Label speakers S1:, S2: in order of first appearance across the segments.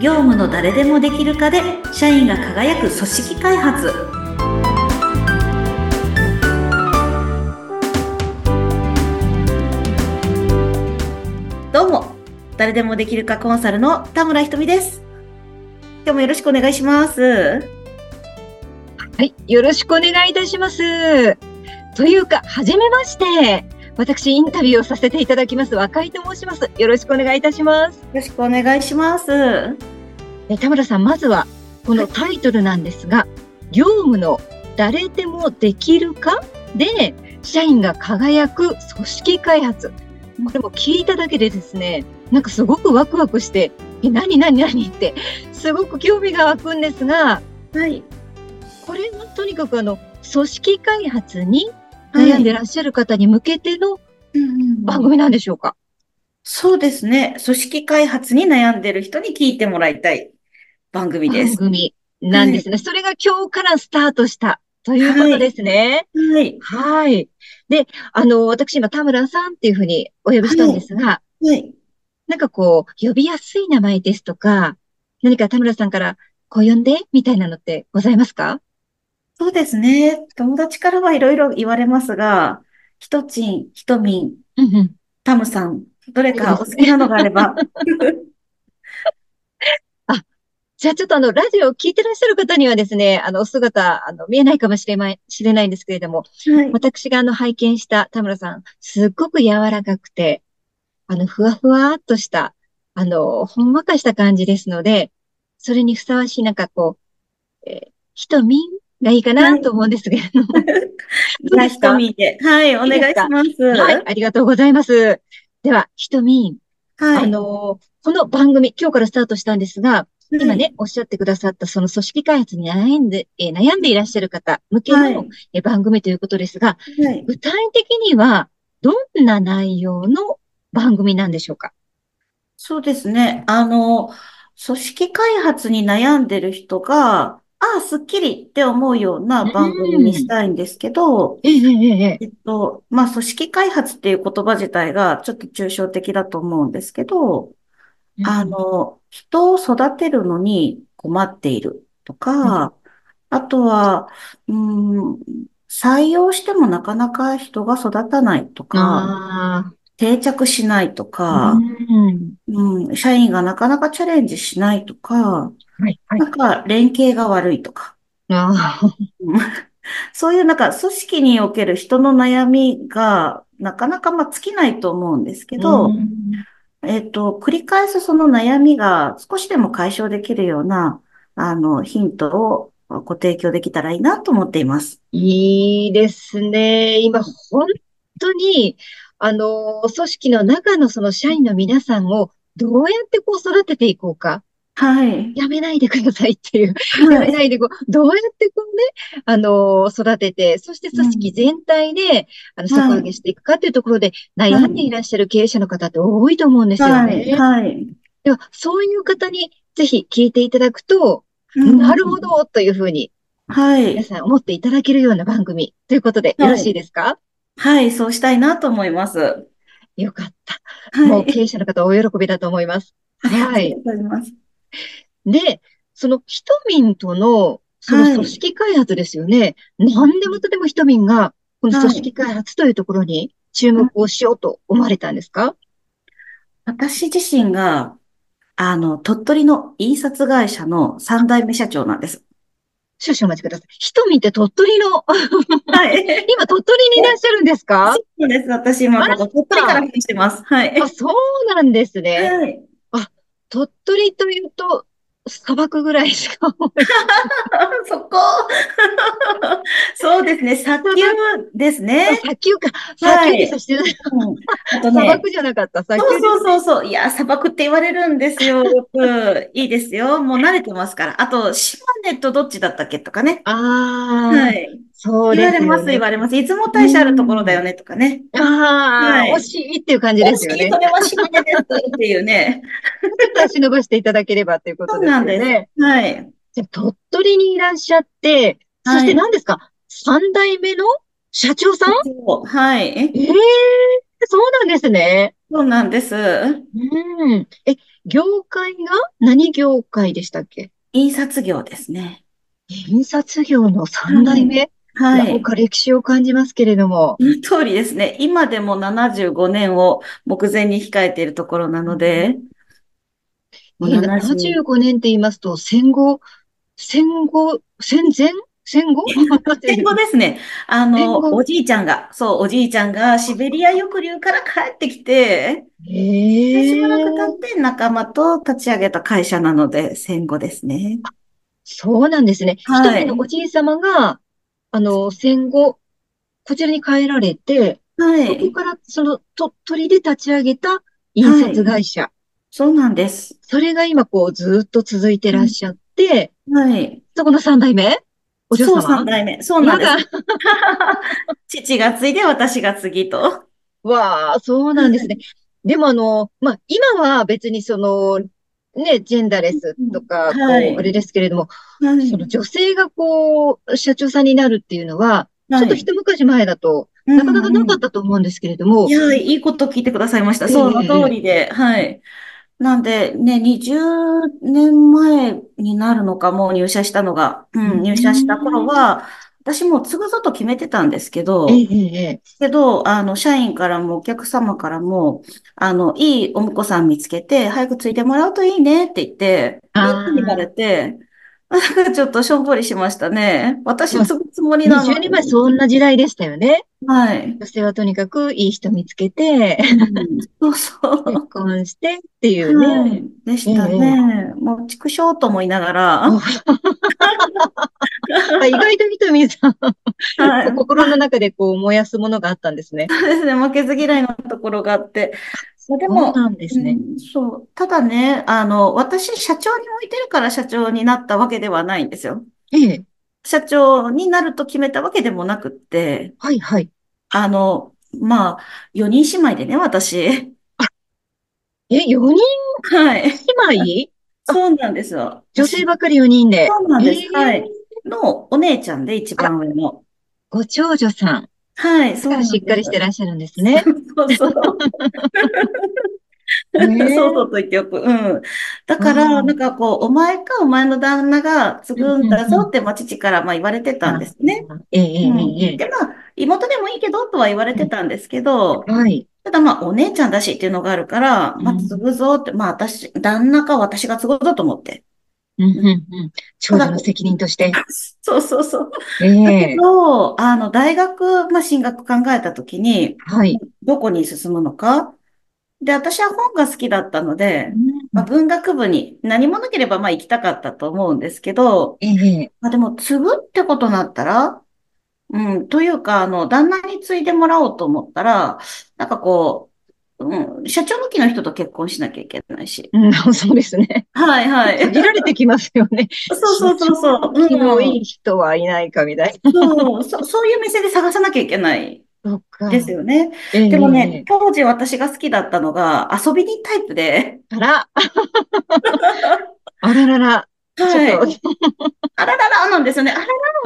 S1: 業務の誰でもできる化で社員が輝く組織開発どうも誰でもできる化コンサルの田村ひとみです今日もよろしくお願いします
S2: はい、よろしくお願いいたします。というか、はじめまして。私、インタビューをさせていただきます。若井と申します。よろしくお願いいたします。
S1: よろしくお願いします
S2: え田村さん、まずは、このタイトルなんですが、業務の誰でもできるかで、社員が輝く組織開発。これも聞いただけでですね、なんかすごくワクワクして、え、何何何って、すごく興味が湧くんですが、
S1: はい
S2: これはとにかくあの組織開発に悩んでらっしゃる方に向けての番組なんでしょうか、
S1: そうですね。組織開発に悩んでる人に聞いてもらいたい番組で
S2: 番
S1: す。
S2: 組なんですね、それが今日からスタートしたということですね。
S1: はい。
S2: はい。で、あの、私今田村さんっていうふうにお呼びしたんですが、
S1: はい。
S2: なんかこう、呼びやすい名前ですとか、何か田村さんからこう呼んでみたいなのってございますか
S1: そうですね。友達からはいろいろ言われますが、ひとちん、ひとみん、
S2: うんうん。
S1: たむさん、どれかお好きなのがあれ ば。
S2: じゃあちょっとあの、ラジオを聞いてらっしゃる方にはですね、あの、お姿、あの、見えないかもしれまい、知れないんですけれども、
S1: はい。
S2: 私があの拝見した田村さん、すっごく柔らかくて、あの、ふわふわっとした、あの、ほんわかした感じですので、それにふさわしい、なんかこう、えー、ひとみんがいいかなと思うんですけれ ども。
S1: じゃあ、ひとみんで。はい、お願いします。
S2: はい、ありがとうございます。では、ひとみん、
S1: は
S2: あ
S1: い。
S2: の、この番組、今日からスタートしたんですが、今
S1: はい。
S2: ね、おっしゃってくださった、その組織開発に悩んで、えー悩んでいらっしゃる方向け
S1: はい。
S2: の、えー番組ということですが、
S1: はい
S2: 具体的にはどんな内容の番組なんでしょうか
S1: そうですね。あの、組織開発に悩んでる人が、ああ、すっきりって思うような番組にしたいんですけど、
S2: ええええええ
S1: えっと、まあ、組織開発っていう言葉自体がちょっと抽象的だと思うんですけど、あの、人を育てるのに困っているとか、あとは、うーん、採用してもなかなか人が育たないとか、
S2: あ
S1: 定着しないと
S2: あ、
S1: か、
S2: うん。
S1: うん、社員がなかなかチャレンジしないとか、
S2: はい、はい。
S1: なんか連携が悪いとか、
S2: ああ、
S1: うん そういうなんか組織における人の悩みがなかなかまあ尽きないと思うんですけ
S2: う
S1: ど、
S2: ん
S1: えっと、繰り返すその悩みが少しでも解消できるような、あの、ヒントをご提供できたらいいなと思っています。
S2: いいですね。今、本当に、あの、組織の中のその社員の皆さんをどうやってこう育てていこうか。
S1: はい。
S2: やめないでくださいっていう。や
S1: は
S2: め
S1: い。
S2: ないでこう、どうやってこうね、あのー育てて、そして組織全体で、あの、底上げしていくかっていうところで、
S1: い
S2: 悩んでいらっしゃる経営者の方って多いと思うんですよ
S1: はい。
S2: ね。
S1: はい。
S2: では、そういう方にぜひ聞いていただくと、
S1: うん
S2: なるほ。どというふうに
S1: は
S2: 皆
S1: い。
S2: さん思っていただけるような番組ということで
S1: はい
S2: よろしいですか
S1: はい。そうしたいなと思います。は
S2: よかった。もう
S1: い。
S2: 経営者の方大喜びだと思います。
S1: あ
S2: は
S1: り
S2: い
S1: がと。うございます。
S2: で、そのひとみんとの、その
S1: はい
S2: 組織開発ですよね。なんでまたでもひとみんが、この組織開発というところに注目をしようと思われたんですか
S1: 私自身が、あの、鳥取の印刷会社の三代目社長なんです。
S2: 少々お待ちください。ひとみんって鳥取の、
S1: はい。
S2: 今鳥取にいらっしゃるんですか
S1: そうです。私、今、
S2: あら
S1: ここ、鳥取から来てます。はい。
S2: あ、そうなんですね。
S1: はい。
S2: 鳥取というと、砂漠ぐらいしか思い
S1: そこ。そうですね。砂丘です
S2: あ
S1: ね。
S2: 砂丘か。砂
S1: はい
S2: 丘でさしてない。
S1: うんあと
S2: 砂
S1: ね。
S2: 漠じゃなかった。砂
S1: そう
S2: 丘
S1: そうそうそう。いや、砂漠って言われるんですよ。よく。いいですよ。もう慣れてますから。あと、島根とどっちだったっけとかね。
S2: ああ
S1: は
S2: ー、
S1: い。
S2: そう
S1: 言わ
S2: です
S1: れ
S2: よ
S1: ます、
S2: ね
S1: 言われます。出雲大社あるところだよね、とかね。
S2: あ
S1: はい
S2: あ、惜しいっていう感じですよ
S1: 公式
S2: ね
S1: そ。れは島根ですっていうね。
S2: ちょっと足伸ばしていただければということ
S1: そう
S2: です
S1: な
S2: よ
S1: んです。
S2: ね。
S1: はい。
S2: じゃあ鳥取にいらっしゃって、そして
S1: はい
S2: 何ですか、三代目の社長さん
S1: そうはい。
S2: ええそうなんですね。
S1: そうなんです。
S2: うん。え、業界が何業界でしたっけ
S1: 印刷業ですね。
S2: 印刷業の三代目。
S1: は
S2: なん
S1: い。
S2: か歴史を感じますけれども。
S1: その通りですね。今でも75年を目前に控えているところなので、もう
S2: いいな
S1: 70
S2: 75年って言いますと、戦後、戦後、戦前戦後
S1: 戦後ですね。あ
S2: 戦
S1: の、
S2: 後
S1: おじいちゃんが、そう、おじいちゃんがシベリア抑留から帰ってきて、で、しばらく
S2: ええ
S1: 経って仲間と立ち上げた会社なので、戦後ですね。
S2: そうなんですね。一
S1: はい
S2: 人のおじい様が、あの、戦後、こちらに帰られて、
S1: は
S2: そこ
S1: い。
S2: からその鳥取で立ち上げた印刷会社。
S1: そうなんです。
S2: それが今こうずーっと続いてらっしゃって、
S1: はい。
S2: そこの三代目お嬢
S1: そう、
S2: 様
S1: 三代目。そうなんで
S2: やだ
S1: す。父が継いで私が次と。
S2: わあ、そうなんですね。でもあの、まあ、今は別にその、ね、ジェンダーレスとか、
S1: うん
S2: こう、
S1: はい
S2: あれですけれども、
S1: は
S2: その女性がこう、社長さんになるっていうのは、ちょっと一昔前だと、なかなかなかったと思うんですけれども
S1: い、や、いいこと聞いてくださいました。
S2: ええ
S1: その通りで、はい。なんで、ね、20年前になるのか、もう入社したのが、う
S2: うん
S1: ん、入社した頃は、私もう継ぐぞと決めてたんですけど、
S2: ええええ
S1: けど、あの、社員からもお客様からも、あの、いいお婿さん見つけて、早く継いでもらうといいねって言って、
S2: あー
S1: 言われて、なんかちょっとしょんぼりしましたね。私継ぐつもりなの
S2: 20年前そんな時代でしたよね。
S1: はい。
S2: 女性はとにかくいい人見つけて、
S1: うんそうそう。
S2: 結婚してっていう
S1: は
S2: ね。
S1: い、でしたね。もう畜生と思いながら、
S2: あ あ意外と三富 さん、
S1: はい、
S2: 心の中でこう燃やすものがあったんですね。
S1: そうですね、負けず嫌いのところがあって。まあで
S2: そう
S1: も、
S2: なんですね。
S1: うんそう、ただね、あの、私、社長に向いてるから社長になったわけではないんですよ。
S2: ええ、
S1: 社長になると決めたわけでもなくって、
S2: はいはい。
S1: あの、まあ、4人姉妹でね、私。
S2: え、4人
S1: はい。
S2: 姉妹
S1: そうなんですよ。
S2: 女性ばかり4人で。
S1: そうなんです。
S2: えー
S1: はい。の、お姉ちゃんで一番上の。
S2: ご長女さん。
S1: はい、そうなんです。
S2: しっかりしてらっしゃるんですね。
S1: そうそう。そ
S2: えー
S1: うそうと言っておく。うん。だから、
S2: うん
S1: なんかこう、お前かお前の旦那が継ぐんだぞって、まあ、父からまあ言われてたんですね。
S2: ええ
S1: う
S2: ええ
S1: ん。
S2: ええ
S1: で、まあ、妹でもいいけどとは言われてたんですけど、
S2: はい。
S1: ただまあ、お姉ちゃんだしっていうのがあるから、まあ、
S2: うん
S1: 継ぐぞって、まあ、私、旦那か私が継ぐぞと思って。
S2: うんうんうん。長女の責任として。
S1: そうそうそう。
S2: え
S1: だけ
S2: え
S1: ど、あの、大学、まあ、進学考えたときに、
S2: はい。
S1: どこに進むのか。で、私は本が好きだったので、まあ、文学部に何もなければまあ行きたかったと思うんですけど、
S2: ええ
S1: まあ、でも継ぐってことになったら、うん、というか、あの、旦那に継いでもらおうと思ったら、なんかこう、うん、社長向きの人と結婚しなきゃいけないし。
S2: うん、そうですね。
S1: はいはい。
S2: 限られてきますよね。
S1: そうそうそうそう。
S2: 気のい
S1: うん
S2: い人はいないかみたい
S1: そう、そそういう目線で探さなきゃいけない
S2: な。そっか。
S1: ですよね。
S2: ええ
S1: でも
S2: え
S1: ね
S2: え、
S1: 当時私が好きだったのが遊びにタイプで、
S2: あら。 あららら。
S1: はい。
S2: ちょっと。
S1: あらららなんですよね。あら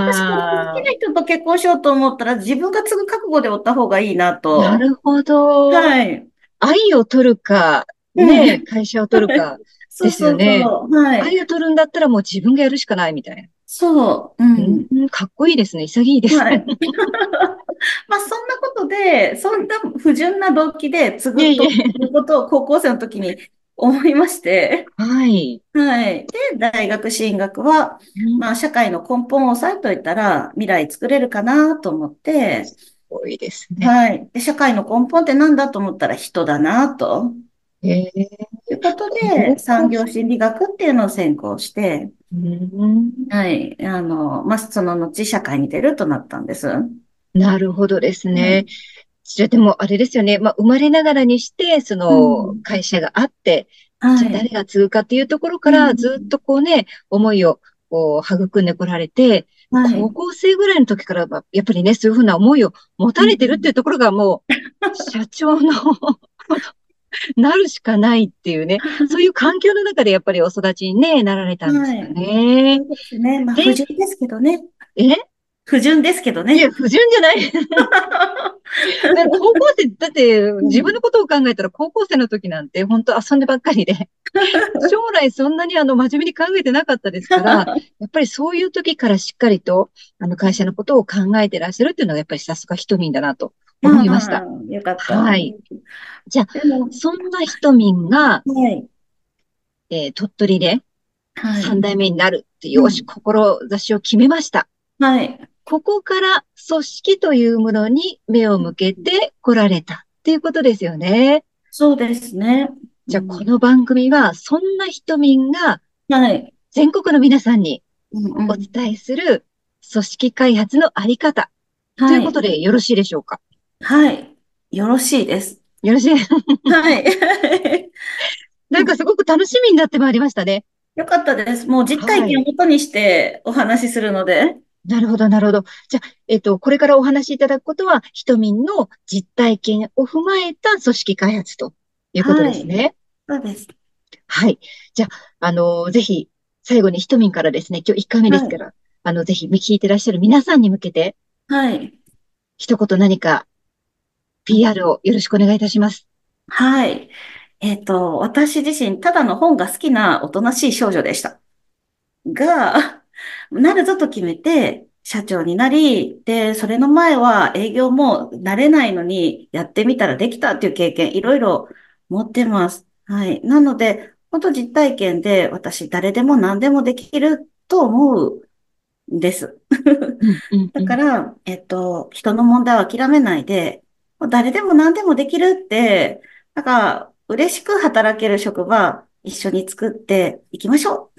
S1: らら、私、
S2: あー
S1: 好きな人と結婚しようと思ったら、自分が継ぐ覚悟でおった方がいいなと。
S2: なるほど。
S1: はい。
S2: 愛を取るか、ね、会社を取るか、
S1: そうそうそう。
S2: です
S1: はい。
S2: 愛を取るんだったらもう自分がやるしかないみたい
S1: そう。うん。
S2: な。うん、かっこいいですね。潔いです
S1: は
S2: ね。
S1: い。 まあ、そんなことで、そんな不純な動機で継ぐと
S2: いえいえ
S1: いうことを高校生の時に思いまして、
S2: はい。
S1: はい。で、大学進学は、まあ、社会の根本を押さえといたら、未来作れるかなと思って、
S2: かっこいいですね。
S1: はい。で、社会の根本って何だと思ったら人だなと。
S2: へえ
S1: ということ
S2: う
S1: で、
S2: ん
S1: 産業心理学っていうのを専攻して、
S2: うん
S1: はい。あの、まあ、その後社会に出るとなったんです。
S2: なるほどですね。それでもあれですよね。まあ、生まれながらにして、その
S1: うん
S2: 会社があって、
S1: は
S2: じゃあ誰
S1: い。
S2: が継ぐかっていうところか
S1: う
S2: ら
S1: ん
S2: ずっとこうね、思いをこう育んでこられて、
S1: はい。
S2: 高校生ぐらいの時からは、やっぱりね、そういうふうな思いを持たれてるっていうところがも う、社長の、 なるしかないってい うね、そういう環境の中でやっぱりお育ちにね、なられたんですよね。
S1: そうですね。まあ、
S2: で
S1: 不純ですけどね。
S2: え
S1: 不純ですけど
S2: い
S1: ね。
S2: や、不純じ ゃない。だって高校生、だって自分のことを考えたら高校生の時なんて本当遊んでばっか りで、将来そんなにあの真面目に考えてなかったですから、やっぱりそういう時からしっかりとあの会社のことを考えてらっしゃるっていうのがやっぱりさすがひとみんだなと思いました。
S1: あーよかった。
S2: はい。じゃあ、
S1: でも、
S2: そんなひとみんが、
S1: はい。
S2: えー鳥取で
S1: はい。
S2: 3代目になるってい
S1: う
S2: う、
S1: ん
S2: よし、志を決めました。
S1: はい。
S2: ここから組織というものに目を向けて来られたっていうことですよね。
S1: そうですね。
S2: じゃあ、
S1: うん
S2: この番組は、そんなひとみんが
S1: はい。
S2: 全国の皆さんに
S1: うんうん
S2: お伝えする組織開発のあり方ということでよろしいでしょうか、
S1: はい。はい。よろしいです。
S2: よろしい。
S1: はい。
S2: なんかすごく楽しみになってまいりましたね。
S1: よかったです。もう実体験
S2: は
S1: を元にしてお話しするので。
S2: なるほど、なるほど。じゃあ、えっと、これからお話しいただくことは、ひとみんの実体験を踏まえた組織開発ということですね。
S1: そうです。
S2: はい。じゃあ、あの、ぜひ、最後にひとみんからですね、今日1回目ですから、あの、ぜひ、聞いてらっしゃる皆さんに向けて、
S1: はい。
S2: 一言何か PR をよろしくお願いいたします。
S1: はい。えっと、私自身、ただの本が好きなおとなしい少女でした。が、なるぞと決めて、社長になり、で、それの前は営業も慣れないのに、やってみたらできたっていう経験、いろいろ持ってます。はい。なので、本当実体験で、私、誰でも何でもできると思うんです。だから、えっと、人の問題を諦めないで、もう誰でも何でもできるって、なんか、嬉しく働ける職場、一緒に作っていきましょ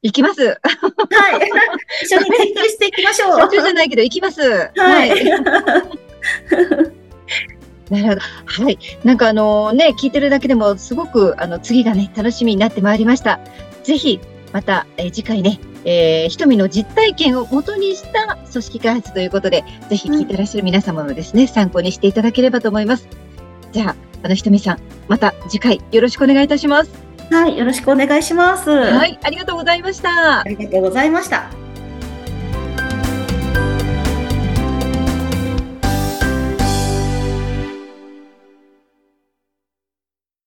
S2: 行きます。
S1: う。 はい。一緒に研究していきましょう。
S2: 社長じゃないけど行きます。
S1: はい。
S2: なるほど。はい。なんかあのね、聞いてるだけでもすごくあの次がね、楽しみになってまいりました。ぜひ、また、えー次回ね、えー、ひとみの実体験を元にした組織開発ということで、ぜひ聞いてらっしゃる皆様もですね、参考にしていただければと思います。じゃあ、あのひとみさん、また次回よろしくお願いいたします。
S1: はい。よろしくお願いします。
S2: はい、ありがとうございました。
S1: ありがとうございました。